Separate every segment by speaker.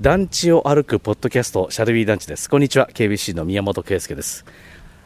Speaker 1: 団地を歩くポッドキャストシャルビー団地ですこんにちは KBC の宮本圭介です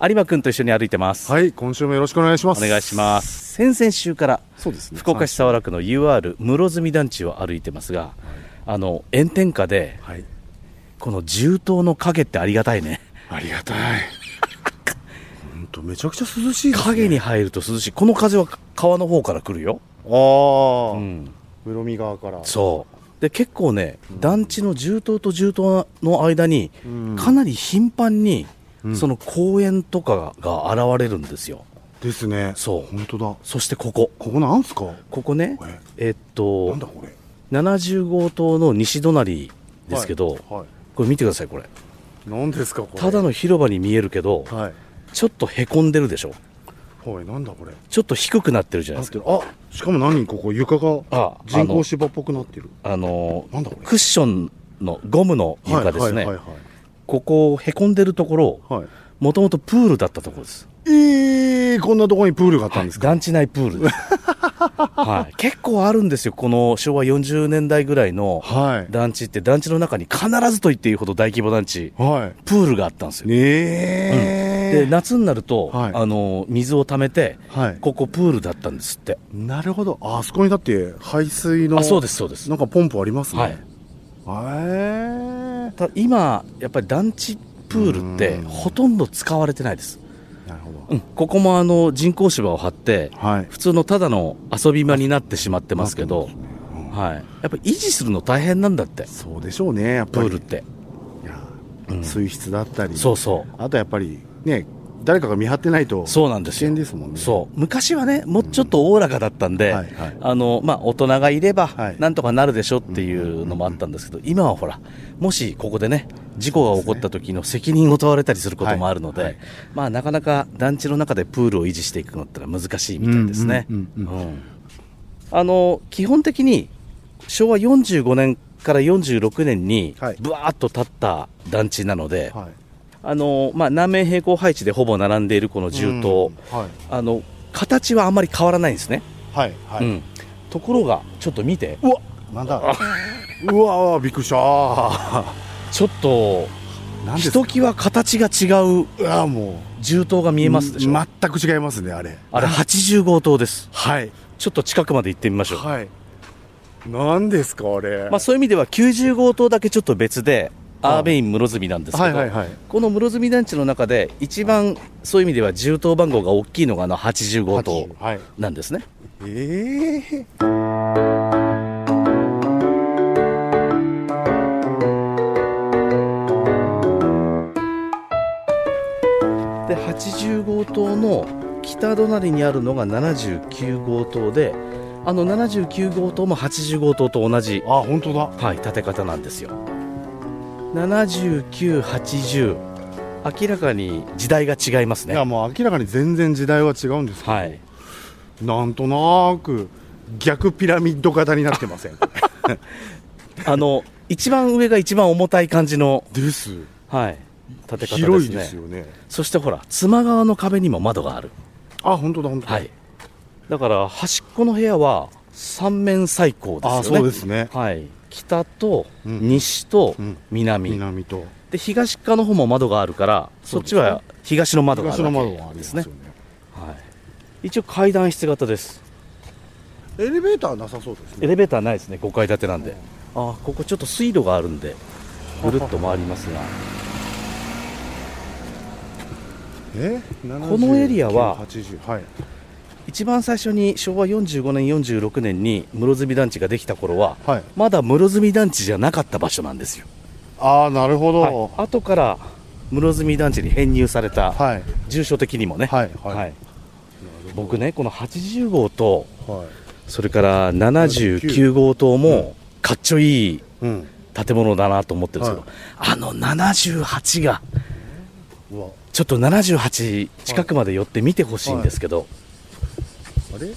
Speaker 1: 有馬くんと一緒に歩いてます、
Speaker 2: はい、今週もよろしくお願いします。
Speaker 1: お願いします先々週から
Speaker 2: そうですね。
Speaker 1: 福岡市早良区の UR 室積団地を歩いてますが、あの炎天下で
Speaker 2: はい。
Speaker 1: この銃刀の影ってありがたいね
Speaker 2: ありが たい。本当めちゃくちゃ涼しいです、ね。
Speaker 1: 影に入ると涼しいこの風は川の方から来るよ、
Speaker 2: ああ、
Speaker 1: うん、
Speaker 2: 室見川から。
Speaker 1: そうで結構ね、団地の銃刀と銃刀の間に、
Speaker 2: うん
Speaker 1: かなり頻繁に、
Speaker 2: うん
Speaker 1: その公園とかが現れるんですよ
Speaker 2: ですね。
Speaker 1: そう
Speaker 2: 本当だ。
Speaker 1: そしてここ
Speaker 2: ここなんすか。
Speaker 1: ここねえっ
Speaker 2: な
Speaker 1: と
Speaker 2: んだこれ。
Speaker 1: 70号棟の西隣ですけど、
Speaker 2: はい。は
Speaker 1: これ見てくださいこれ
Speaker 2: いなんですかこれ。
Speaker 1: ただ
Speaker 2: の。
Speaker 1: の広場に見えるけど
Speaker 2: はい。
Speaker 1: ちょっとへこんでるでしょ
Speaker 2: はい。なんだこれ。
Speaker 1: ちょっと低くなってるじゃな
Speaker 2: ないん
Speaker 1: です
Speaker 2: て
Speaker 1: か
Speaker 2: いうのあ、しかも何ここ床が
Speaker 1: ああ
Speaker 2: 人
Speaker 1: の
Speaker 2: 工芝っぽくなってる。
Speaker 1: あの
Speaker 2: なんだこれ
Speaker 1: クッションのゴムの床ですね、
Speaker 2: はいはいはい
Speaker 1: ここへこんでるところ
Speaker 2: はい。はい。
Speaker 1: もともとプールだったところです
Speaker 2: えー、こんなところにプールがあったんですか。
Speaker 1: 団地内プール です、はい、結構あるんですよこの昭和40年代ぐらいの
Speaker 2: はい。
Speaker 1: 団地って団地の中に必ずと言っていいほど大規模団地
Speaker 2: は
Speaker 1: プールがあったんです
Speaker 2: い。
Speaker 1: よ、
Speaker 2: ねえ、
Speaker 1: で夏になると、
Speaker 2: はい
Speaker 1: あの水を溜めて
Speaker 2: はい。
Speaker 1: ここプールだったんですって
Speaker 2: なるほど。ああそこにだって排水の。。
Speaker 1: あそうですすそうです
Speaker 2: なんかポンプありますね。
Speaker 1: はい
Speaker 2: へ
Speaker 1: ただ今やっぱり団地プールって
Speaker 2: うん
Speaker 1: ほとんど使われてないです、
Speaker 2: え。なるほど。
Speaker 1: うん、ここもあの人工芝を張って
Speaker 2: はい。
Speaker 1: 普通のただの遊び場になってしまってますけど
Speaker 2: なって、ますねうん
Speaker 1: はい、やっぱ維持するの大変なんだって
Speaker 2: そうでしょうね、やっ
Speaker 1: プ
Speaker 2: ぱり。
Speaker 1: ールって、
Speaker 2: いや
Speaker 1: うん
Speaker 2: 水質だったり。
Speaker 1: そうそう
Speaker 2: あとやっぱり、ね、誰かが見張ってないと。
Speaker 1: そうなんで
Speaker 2: 危
Speaker 1: すよ
Speaker 2: 険ですもんね。
Speaker 1: そう昔はね、もうちょっとおおらかだったんで、
Speaker 2: はいはい
Speaker 1: あのまあ、大人がいれば
Speaker 2: はい、
Speaker 1: なんとかなるでしょっていうのもあったんですけど、今はほら、もしここでね、事故が起こった時の責任を問われたりすることもあるので、
Speaker 2: はいはい
Speaker 1: まあ、なかなか団地の中でプールを維持していくのってのは難しいみたいですね。
Speaker 2: うんうんうんうん
Speaker 1: うんあの基本的に昭和45年から46年に
Speaker 2: はい、
Speaker 1: ぶわーっと建った団地なので、
Speaker 2: はい。
Speaker 1: あのまあ、南面平行配置でほぼ並んでいるこの銃刀。
Speaker 2: うん。はい。
Speaker 1: あの形はあんまり変わらないんですね、
Speaker 2: はい。は
Speaker 1: う
Speaker 2: い。
Speaker 1: んところがちょっと見て
Speaker 2: うわなんだうわびっくりした。
Speaker 1: ちょっと
Speaker 2: なん
Speaker 1: ひときわ形が違う
Speaker 2: うわも
Speaker 1: 銃刀が
Speaker 2: う。
Speaker 1: 見えますでしょ、
Speaker 2: 全く違いますね、あれ。
Speaker 1: あれ80号棟です
Speaker 2: はい。
Speaker 1: ちょっと近くまで行ってみましょう、
Speaker 2: はい。なんですか、あれ。
Speaker 1: まあ、そういう意味では90号棟だけちょっと別で
Speaker 2: はい
Speaker 1: アーベイン室積なんですけど、
Speaker 2: はいはいはい。
Speaker 1: この室積団地の中で一番そういう意味では銃刀番号が大きいのがあの80号棟
Speaker 2: 80はい。
Speaker 1: なんですね
Speaker 2: ええ
Speaker 1: で80号棟の北隣にあるのが79号棟であの79号棟も80号棟と同じ、
Speaker 2: あ、本当だ。
Speaker 1: はい、建て方なんですよ7980明らかに時代が違います
Speaker 2: いや、
Speaker 1: ね
Speaker 2: もう明らかに全然時代は違うんですけど、
Speaker 1: はい
Speaker 2: なんとなく逆ピラミッド型になってません。
Speaker 1: あの一番上が一番重たい感じの、
Speaker 2: です。
Speaker 1: はい、建て方ですね
Speaker 2: 広いですよね。
Speaker 1: そしてほら妻側の壁にも窓がある
Speaker 2: あ、本当だ、本当だ。
Speaker 1: はい、だから端っこの部屋は三面最高ですよね
Speaker 2: あ、そうですね。
Speaker 1: はい、北と
Speaker 2: うん
Speaker 1: 西と
Speaker 2: うん
Speaker 1: 南、
Speaker 2: 南と
Speaker 1: で東側の方も窓があるからそ
Speaker 2: そ
Speaker 1: っ
Speaker 2: う
Speaker 1: ち
Speaker 2: ですね
Speaker 1: は東の窓があ
Speaker 2: 東
Speaker 1: る
Speaker 2: の
Speaker 1: わけ
Speaker 2: 窓があり
Speaker 1: で
Speaker 2: ますす
Speaker 1: ね
Speaker 2: よね。
Speaker 1: はい、一応階段室型です
Speaker 2: エレベーターなさそうです
Speaker 1: エ
Speaker 2: ね。
Speaker 1: レベーターないですね5階建てなんで、あーここちょっと水路があるんでぐるっと回りますが
Speaker 2: え、
Speaker 1: このエリアは
Speaker 2: 80はい。
Speaker 1: 一番最初に昭和45年46年に室積団地ができた頃は、
Speaker 2: はい
Speaker 1: まだ室積団地じゃなかった場所なんですよ、
Speaker 2: あー、なるほど。
Speaker 1: はい、後から室積団地に編入された、
Speaker 2: はい。
Speaker 1: 住所的にもね、
Speaker 2: はいはい
Speaker 1: 僕ね、この80号と、
Speaker 2: はい。
Speaker 1: それから79号棟も、かっちょいい
Speaker 2: うん。
Speaker 1: 建物だなと思ってるんですけど、あの78が、
Speaker 2: うわ、
Speaker 1: ちょっと78近くまで寄って見てほしいんですけど、
Speaker 2: あれ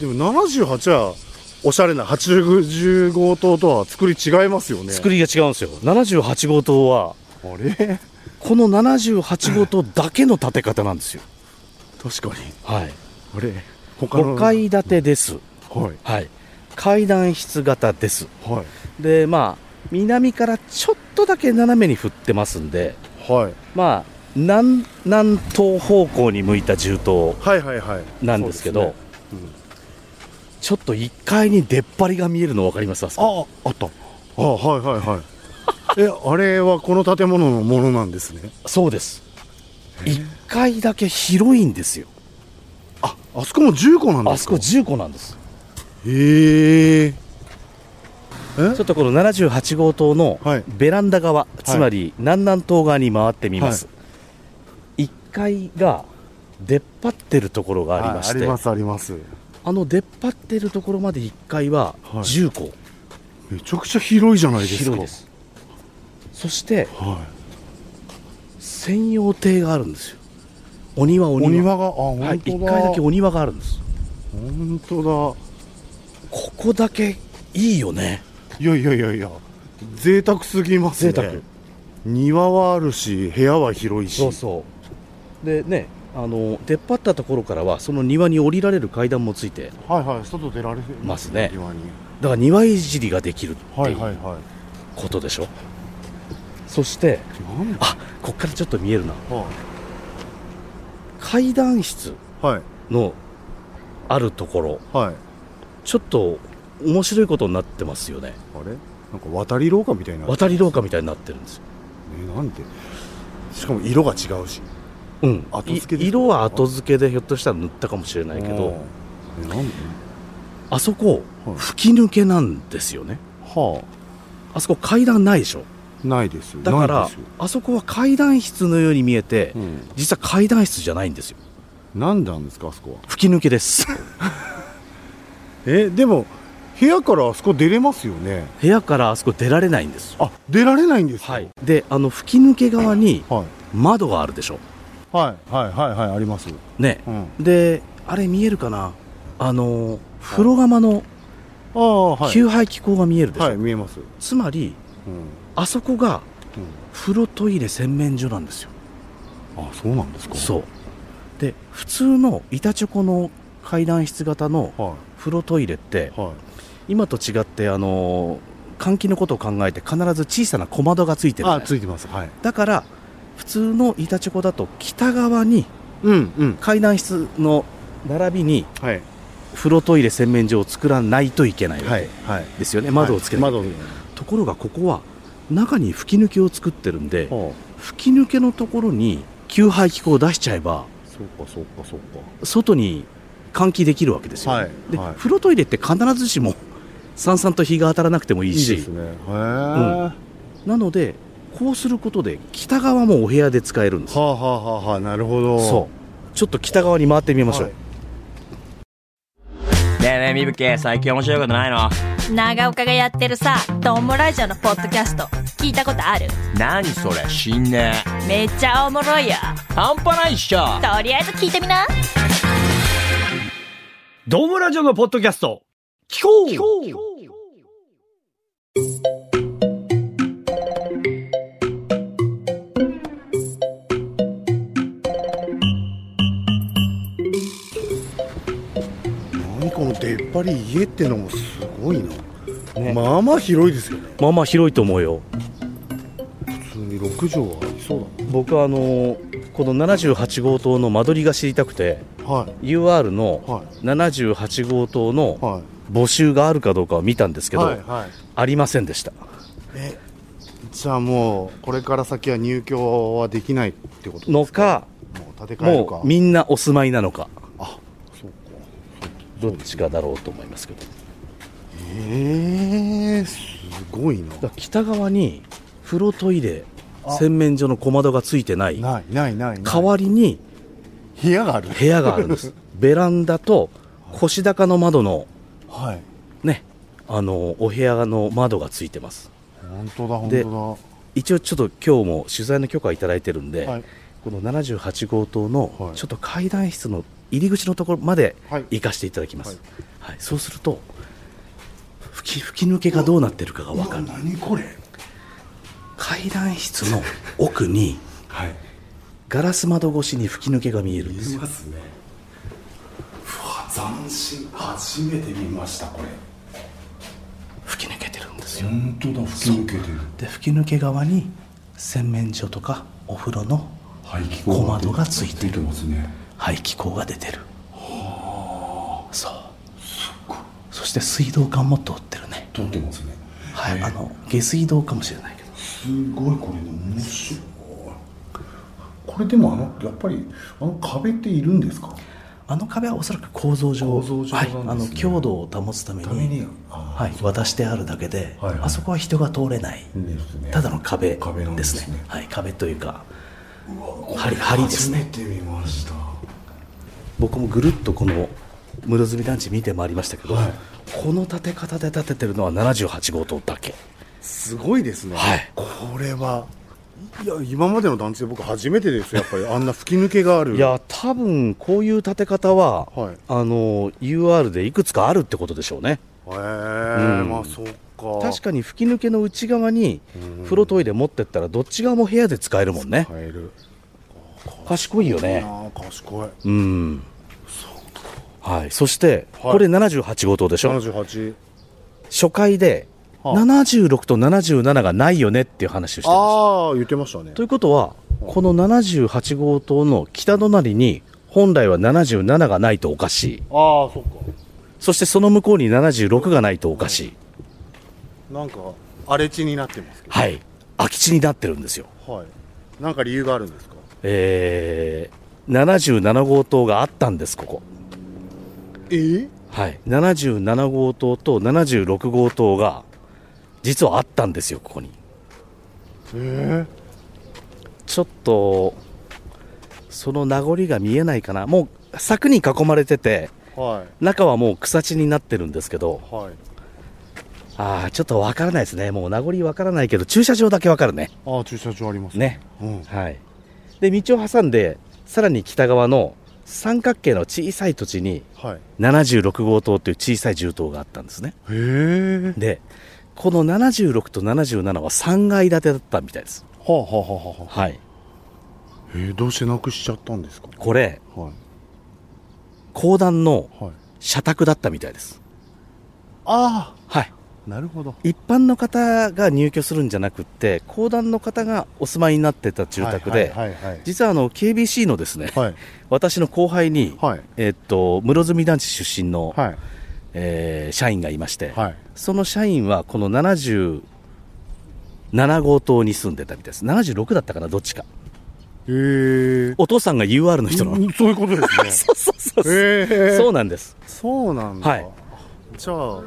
Speaker 2: でも78はおしゃれな85棟とは作り違いますよね
Speaker 1: 作りが違うんですよ、78号棟は、
Speaker 2: あれ
Speaker 1: この78号棟だけの建て方なんですよ。
Speaker 2: 確かに
Speaker 1: はい、
Speaker 2: あれ他
Speaker 1: 5
Speaker 2: の
Speaker 1: 階建てです、
Speaker 2: はい
Speaker 1: はい、階段室型です。
Speaker 2: はい
Speaker 1: でまあ南からちょっとだけ斜めに振ってますんで、
Speaker 2: はい
Speaker 1: まあ、南南東方向に向いた銃刀
Speaker 2: はいはいはい
Speaker 1: なんですけど、
Speaker 2: そうですね
Speaker 1: ちょっと1階に出っ張りが見えるの分かりますあそこ
Speaker 2: ああったあはいはいはいえあれはこの建物のものなんですね
Speaker 1: そうです1階だけ広いんですよ
Speaker 2: ああそこも重工なんで
Speaker 1: あ
Speaker 2: す
Speaker 1: そ
Speaker 2: か
Speaker 1: こ10個なんです
Speaker 2: へええ
Speaker 1: ちょっとこの78号棟の
Speaker 2: はい
Speaker 1: ベランダ側、つまり南南東側に回ってみます、1階が出っ張ってるところがありまして、
Speaker 2: はいありますあります
Speaker 1: あの出っ張ってるところまで1階は
Speaker 2: はい
Speaker 1: 10個、
Speaker 2: めちゃくちゃ広いじゃないですか
Speaker 1: 広いですそして
Speaker 2: は
Speaker 1: 専用亭があるんですよお庭お
Speaker 2: い、お
Speaker 1: 庭
Speaker 2: 庭があ本当だ、
Speaker 1: はい、1階だけお庭があるんです
Speaker 2: 本当
Speaker 1: ここだけいいよね
Speaker 2: だいやいやいやいや贅沢すぎますね
Speaker 1: 贅沢
Speaker 2: 庭はあるし部屋は広いし
Speaker 1: そうそうでねあの出っ張ったところからはその庭に降りられる階段もついて
Speaker 2: はいはい外出られ
Speaker 1: ますね
Speaker 2: 庭に
Speaker 1: だから庭いじりができるっ
Speaker 2: は
Speaker 1: て
Speaker 2: い
Speaker 1: い
Speaker 2: はいうは
Speaker 1: ことでしょ、そして
Speaker 2: いなんだ
Speaker 1: あこっからちょっと見えるな
Speaker 2: は
Speaker 1: 階段室
Speaker 2: いはい
Speaker 1: のあるところ
Speaker 2: はい
Speaker 1: ちょっと面白いことになってますよね
Speaker 2: あれなんか渡り廊下みたいな、ね、
Speaker 1: 渡り廊下みたいになってるんですよ
Speaker 2: なんでしかも色が違うし
Speaker 1: うん
Speaker 2: 後付けです
Speaker 1: い
Speaker 2: ね
Speaker 1: 色は後付けでひょっとしたら塗ったかもしれないけ
Speaker 2: うん
Speaker 1: ど
Speaker 2: えなんで
Speaker 1: あそこ
Speaker 2: はい
Speaker 1: 吹き抜けなんですよね
Speaker 2: は
Speaker 1: あそこ階段ないでしょ
Speaker 2: あないですよ
Speaker 1: だか
Speaker 2: ない
Speaker 1: ら
Speaker 2: ですよ
Speaker 1: あそこは階段室のように見えて、
Speaker 2: うん
Speaker 1: 実は階段室じゃないんですよ
Speaker 2: なんでなんですかあそこは
Speaker 1: 吹き抜けです
Speaker 2: えでも部屋からあそこ出れますよね
Speaker 1: 部屋からあそこ出られないんです
Speaker 2: あ出られないんですか
Speaker 1: はいであの吹き抜け側に
Speaker 2: はい
Speaker 1: 窓があるでしょ
Speaker 2: はいはいはいはいあります
Speaker 1: ね
Speaker 2: うん
Speaker 1: であれ見えるかなあの風呂釜の
Speaker 2: ああはい
Speaker 1: 給排気口が見えるでしょ、
Speaker 2: はい見えますう
Speaker 1: つまり
Speaker 2: ん
Speaker 1: あそこが風呂トイレ洗面所なんですよ
Speaker 2: うんあそうなんですか
Speaker 1: そうで普通の板チョコの階段室型の
Speaker 2: は
Speaker 1: 風呂トイレって
Speaker 2: いはい
Speaker 1: 今と違ってあの換気のことを考えて必ず小さな小窓がついてるじゃ
Speaker 2: あ
Speaker 1: ない
Speaker 2: ついてますはい
Speaker 1: だから普通の板チョコだと北側に
Speaker 2: うんうん
Speaker 1: 階段室の並びに
Speaker 2: はい
Speaker 1: 風呂トイレ洗面所を作らないといけないわけ
Speaker 2: はいはい
Speaker 1: ですよね、窓をつけて、
Speaker 2: はい窓を
Speaker 1: ところがここは中に吹き抜けを作ってるんで
Speaker 2: は
Speaker 1: 吹き抜けのところに給排気口を出しちゃえば
Speaker 2: あそうかそうかそうか
Speaker 1: 外に換気できるわけですよ、
Speaker 2: はい
Speaker 1: で、
Speaker 2: はい
Speaker 1: 風呂トイレって必ずしもさんさんと日が当たらなくてもいいし
Speaker 2: ですねへえは
Speaker 1: なのでこうすることで北側もお部屋で使えるんです
Speaker 2: あはあはあはあなるほど
Speaker 1: そうちょっと北側に回ってみましょう、
Speaker 2: はい
Speaker 3: ねえねえみぶけ最近面白いことないの
Speaker 4: 長岡がやってるさ「ドンモラジオ」のポッドキャスト聞いたことある
Speaker 3: 何それ死んね
Speaker 4: めっちゃおもろいよ
Speaker 3: え半端ないっしょ
Speaker 4: とりあえず聞いてみな
Speaker 5: ドームラジオのポッドキャスト、聞こう聞こう
Speaker 2: 何この出っ張り家ってのもすごいな、
Speaker 1: ね
Speaker 2: まあまあ広いですよね
Speaker 1: まあまあ広いと思うよ
Speaker 2: 普通に6畳はありそう
Speaker 1: 僕はあのーこの78号棟の間取りが知りたくて
Speaker 2: だなはい
Speaker 1: UR の
Speaker 2: はい
Speaker 1: 78号棟の
Speaker 2: はい
Speaker 1: 募集があるかどうかを見たんですけど、
Speaker 2: はいはい
Speaker 1: ありませんでした
Speaker 2: えじゃあもうこれから先は入居はできないってことです
Speaker 1: のか
Speaker 2: もう建て替えるか
Speaker 1: もうみんなお住まいなのか
Speaker 2: あそうか
Speaker 1: どっちかだろうと思いますけど
Speaker 2: えー、すごいな
Speaker 1: だから北側に風呂トイレ洗面所の小窓がついてない
Speaker 2: ないないないない
Speaker 1: 代わりに
Speaker 2: 部屋がある
Speaker 1: 部屋があるんですベランダと腰高の窓の
Speaker 2: はい
Speaker 1: ねあのお部屋の窓がついてます
Speaker 2: 本当だ本
Speaker 1: で
Speaker 2: 当
Speaker 1: 一応ちょっと今日も取材の許可いただいてるんで、
Speaker 2: だはい
Speaker 1: この78号棟
Speaker 2: は
Speaker 1: の
Speaker 2: い
Speaker 1: ちょっと階段室の入り口のところまで
Speaker 2: はい
Speaker 1: 行かせていただきます、はいそうすると吹き吹き抜けがどうなってるかが分かる
Speaker 2: 何これ
Speaker 1: 階段室の奥に
Speaker 2: はい
Speaker 1: ガラス窓越しに吹き抜けが見えるんですよ
Speaker 2: ますねうわ斬新初めて見ましたこれ
Speaker 1: 吹き抜けてるんですですよ
Speaker 6: 本当だ吹き抜けてる
Speaker 1: で吹き抜け側に洗面所とかお風呂の
Speaker 6: 排気口
Speaker 1: 小窓がついて
Speaker 6: ついて
Speaker 1: る
Speaker 6: ますね
Speaker 1: 排気口が出てるそうそして水道管も通ってるね
Speaker 6: 撮ってますね
Speaker 1: はい、あの下水道かもしれないけど
Speaker 6: すごいこれね面白いこれでもあのやっぱりあの壁っているんですか
Speaker 1: あの壁はおそらく構造上
Speaker 6: 構造上なんですね
Speaker 1: はい、あの強度を保つために
Speaker 6: ためにあー
Speaker 1: はい、渡してあるだけで、
Speaker 6: はいはい
Speaker 1: あそこは人が通れない、
Speaker 6: ですね
Speaker 1: ただの壁ですね
Speaker 6: 壁なんですね
Speaker 1: はい、壁というか
Speaker 6: これ
Speaker 1: 針針ですね
Speaker 6: 初めて見ました
Speaker 1: 僕もぐるっとこの室積団地見て回りましたけど、
Speaker 6: はい
Speaker 1: この建て方で建ててるのは78号棟だけ
Speaker 2: すごいですね、
Speaker 1: はい
Speaker 2: これはいや今までの団地で僕初めてですよやっぱ りあんな吹き抜けがある
Speaker 1: いや多分こういう建て方は、
Speaker 2: はい
Speaker 1: あの UR でいくつかあるってことでしょうね
Speaker 2: へえ
Speaker 1: う
Speaker 2: ー
Speaker 1: ん
Speaker 2: まあそっか
Speaker 1: 確かに吹き抜けの内側に風呂トイレ持ってったらどっち側も部屋で使えるもんね
Speaker 2: 買える
Speaker 1: 賢いよ
Speaker 2: いや
Speaker 1: ね
Speaker 2: ー賢い
Speaker 1: うんはい、そして、
Speaker 2: はい
Speaker 1: これ78号棟でしょ
Speaker 2: 78
Speaker 1: 初回で
Speaker 2: はあ
Speaker 1: 76と77がないよねっていう話をしてま
Speaker 2: ああ言ってましたね
Speaker 1: すということはこの78号棟の北隣に本来は77がないとおかしい
Speaker 2: ああそっか
Speaker 1: そしてその向こうに76がないとおかしい
Speaker 2: なんか荒れ地になってますけ
Speaker 1: はい空き地になってるんですよ
Speaker 2: どはいなんか理由があるんですか
Speaker 1: えー、77号棟があったんですここ
Speaker 2: えー、
Speaker 1: はい77号棟と76号棟が実はあったんですよここに
Speaker 2: え
Speaker 1: ちょっとその名残が見えないかなもう柵に囲まれてて
Speaker 2: ー、はい
Speaker 1: 中はもう草地になってるんですけど
Speaker 2: はい
Speaker 1: ああちょっとわからないですねもう名残わからないけど駐車場だけわかるね
Speaker 2: ああ駐車場あります
Speaker 1: ね
Speaker 2: うん
Speaker 1: はいで道を挟んでさらに北側の三角形の小さい土地に
Speaker 2: はいへ
Speaker 1: 76号棟という小さい銃棟があったんですね
Speaker 2: えー、
Speaker 1: でこの76と77は3階建てだったみたいです
Speaker 2: はあはあはあはあ
Speaker 1: はい
Speaker 2: えー、どうしてなくしちゃったんですか
Speaker 1: これ
Speaker 2: はい
Speaker 1: 公団の
Speaker 2: はい
Speaker 1: 社宅だったみたいです
Speaker 2: あ
Speaker 1: はい
Speaker 2: あなるほど
Speaker 1: 一般の方が入居するんじゃなくって公団の方がお住まいになってた住宅で、
Speaker 2: はいはいはい
Speaker 1: 実はあの KBC のですね、
Speaker 2: はい
Speaker 1: 私の後輩に、
Speaker 2: はい
Speaker 1: えっと室積団地出身の、
Speaker 2: はい
Speaker 1: えー社員がいまして、
Speaker 2: はい
Speaker 1: その社員はこの77号棟に住んでたみたいです76だったかなどっちか
Speaker 2: えー、
Speaker 1: お父さんが UR の人なの、
Speaker 2: うんそういうことですね
Speaker 1: そうそうそうそう、
Speaker 2: えー、
Speaker 1: そうなんです
Speaker 2: そうなんだ、
Speaker 1: はい
Speaker 2: じゃあ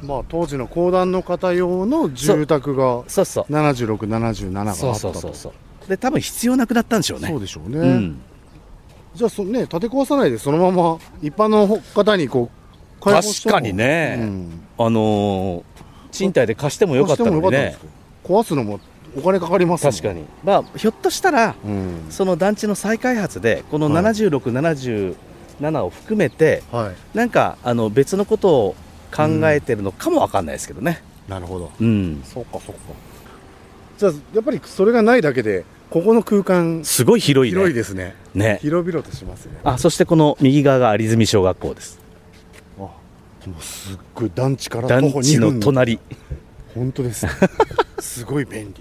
Speaker 2: まあ当時の公団の方用の住宅が
Speaker 1: そうそう
Speaker 2: 7677があったと
Speaker 1: そうそうそうそうで多分必要なくなったんでしょうね
Speaker 2: そうでしょうね、
Speaker 1: うん
Speaker 2: じゃあそね建て壊さないでそのまま一般の方にこう開放し
Speaker 1: 確か
Speaker 2: た
Speaker 1: にね、あのー賃貸で貸してもよかったのにね
Speaker 2: 壊すのもお金かかりますもん
Speaker 1: 確かにまあひょっとしたら
Speaker 2: うん
Speaker 1: その団地の再開発でこの
Speaker 2: はい
Speaker 1: 7677を含めて
Speaker 2: はい
Speaker 1: なんかあの別のことを考えてるのかもわかんないですけどね
Speaker 2: なるほど
Speaker 1: うん
Speaker 2: そうかそうかじゃあやっぱりそれがないだけでここの空間
Speaker 1: すごい広いね
Speaker 2: 広いですね
Speaker 1: ね
Speaker 2: 広々としますね
Speaker 1: あそしてこの右側が有泉小学校です
Speaker 2: あもうすっごい団地から
Speaker 1: 団
Speaker 2: 徒歩
Speaker 1: 地
Speaker 2: 2分
Speaker 1: の隣
Speaker 2: 本当ですねすごい便利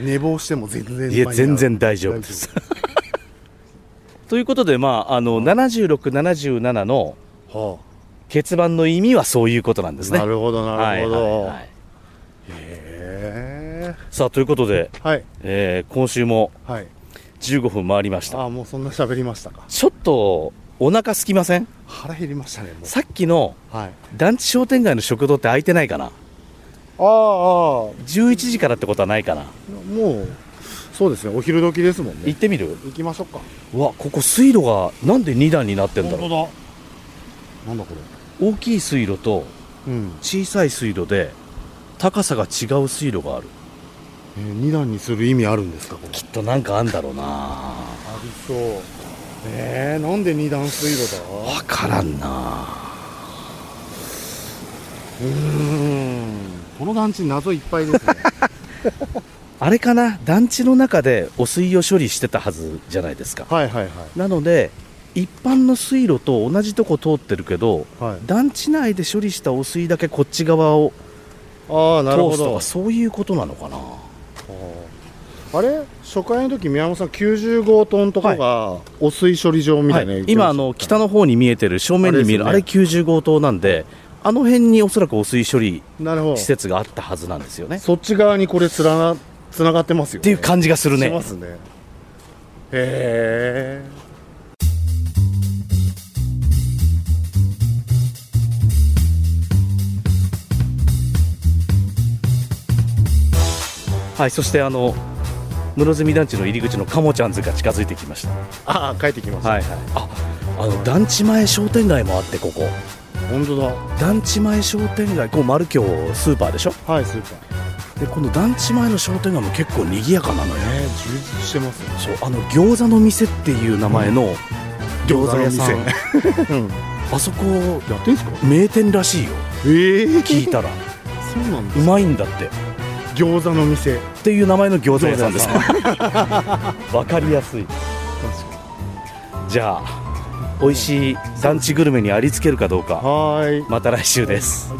Speaker 2: 寝坊しても全然間に合う
Speaker 1: いや全然大丈夫です
Speaker 2: 大丈
Speaker 1: ということでまああの7677の
Speaker 2: 夫は
Speaker 1: 欠番の意味はそういうことなんです
Speaker 2: あ、
Speaker 1: ね
Speaker 2: なるほどなるほど、
Speaker 1: はいはいはい
Speaker 2: へ
Speaker 1: さあということで、
Speaker 2: えはい
Speaker 1: えー今週も
Speaker 2: はい
Speaker 1: 15分回りました
Speaker 2: ああもうそんな喋りましたか
Speaker 1: ちょっとお腹空きません
Speaker 2: 腹減りましたねも
Speaker 1: さっきの
Speaker 2: うはい
Speaker 1: 団地商店街の食堂って空いてないかな
Speaker 2: ああああも
Speaker 1: 11時からってことはないかな
Speaker 2: うそうですねお昼時ですもんね
Speaker 1: 行ってみる
Speaker 2: 行きましょうか
Speaker 1: うわここ水路がなんで2段になってんだろう
Speaker 2: だなんだこれ
Speaker 1: 大きい水路と
Speaker 2: うん、
Speaker 1: 小さい水路で高さが違う水路がある
Speaker 2: えー、2段にする意味あるんですかこれ
Speaker 1: きっとなんかあんだろうなわ
Speaker 2: ありそうえー、なんで2段水路だ
Speaker 1: からんな
Speaker 2: うーんこの団地謎いっぱいですね
Speaker 1: あれかな団地の中で汚水を処理してたはずじゃないですか
Speaker 2: はいはいはい
Speaker 1: なので一般の水路と同じとこ通ってるけど
Speaker 2: はい
Speaker 1: 団地内で処理した汚水だけこっち側を
Speaker 2: ああなる
Speaker 1: 通
Speaker 2: ほ
Speaker 1: すと
Speaker 2: ど
Speaker 1: かそういうことなのかな
Speaker 2: あれ初回の時宮本さん90号トンとかが、汚水処理場みたいな、
Speaker 1: はい今あの北の方に見えてる正面に見えるあ
Speaker 2: あ
Speaker 1: れ,、
Speaker 2: れ
Speaker 1: 90号棟なんであの辺におそらく汚水処理
Speaker 2: なるほど
Speaker 1: 施設があったはずなんですよねっ
Speaker 2: そっち側にこれつらなつながってますよ、ね、
Speaker 1: ていう感じがするね
Speaker 2: しますねへえ
Speaker 1: はいそしてあの室積団地の入り口のカモちゃんズが近づいてきました
Speaker 2: ああ帰ってきました、
Speaker 1: はいはいああの団地前商店街もあってここ
Speaker 2: 本当だ
Speaker 1: 団地前商店街こう丸京スーパーでしょ
Speaker 2: はいスーパー
Speaker 1: でこの団地前の商店街も結構賑やかなのよ
Speaker 2: ね充実してますね
Speaker 1: そうあの餃子の店っていう名前の餃子屋さん、
Speaker 2: 餃子のうん
Speaker 1: あそこ
Speaker 2: やってんすか
Speaker 1: 名店らしいよ
Speaker 2: ええ
Speaker 1: 聞いた ら
Speaker 2: そうなんだ
Speaker 1: うまいんだってっ
Speaker 2: 餃子の店
Speaker 1: ていう名前の餃子屋さんです
Speaker 2: 餃
Speaker 1: わかりやすいじゃあ美味しい団地グルメにありつけるかどうか
Speaker 2: はーい
Speaker 1: また来週です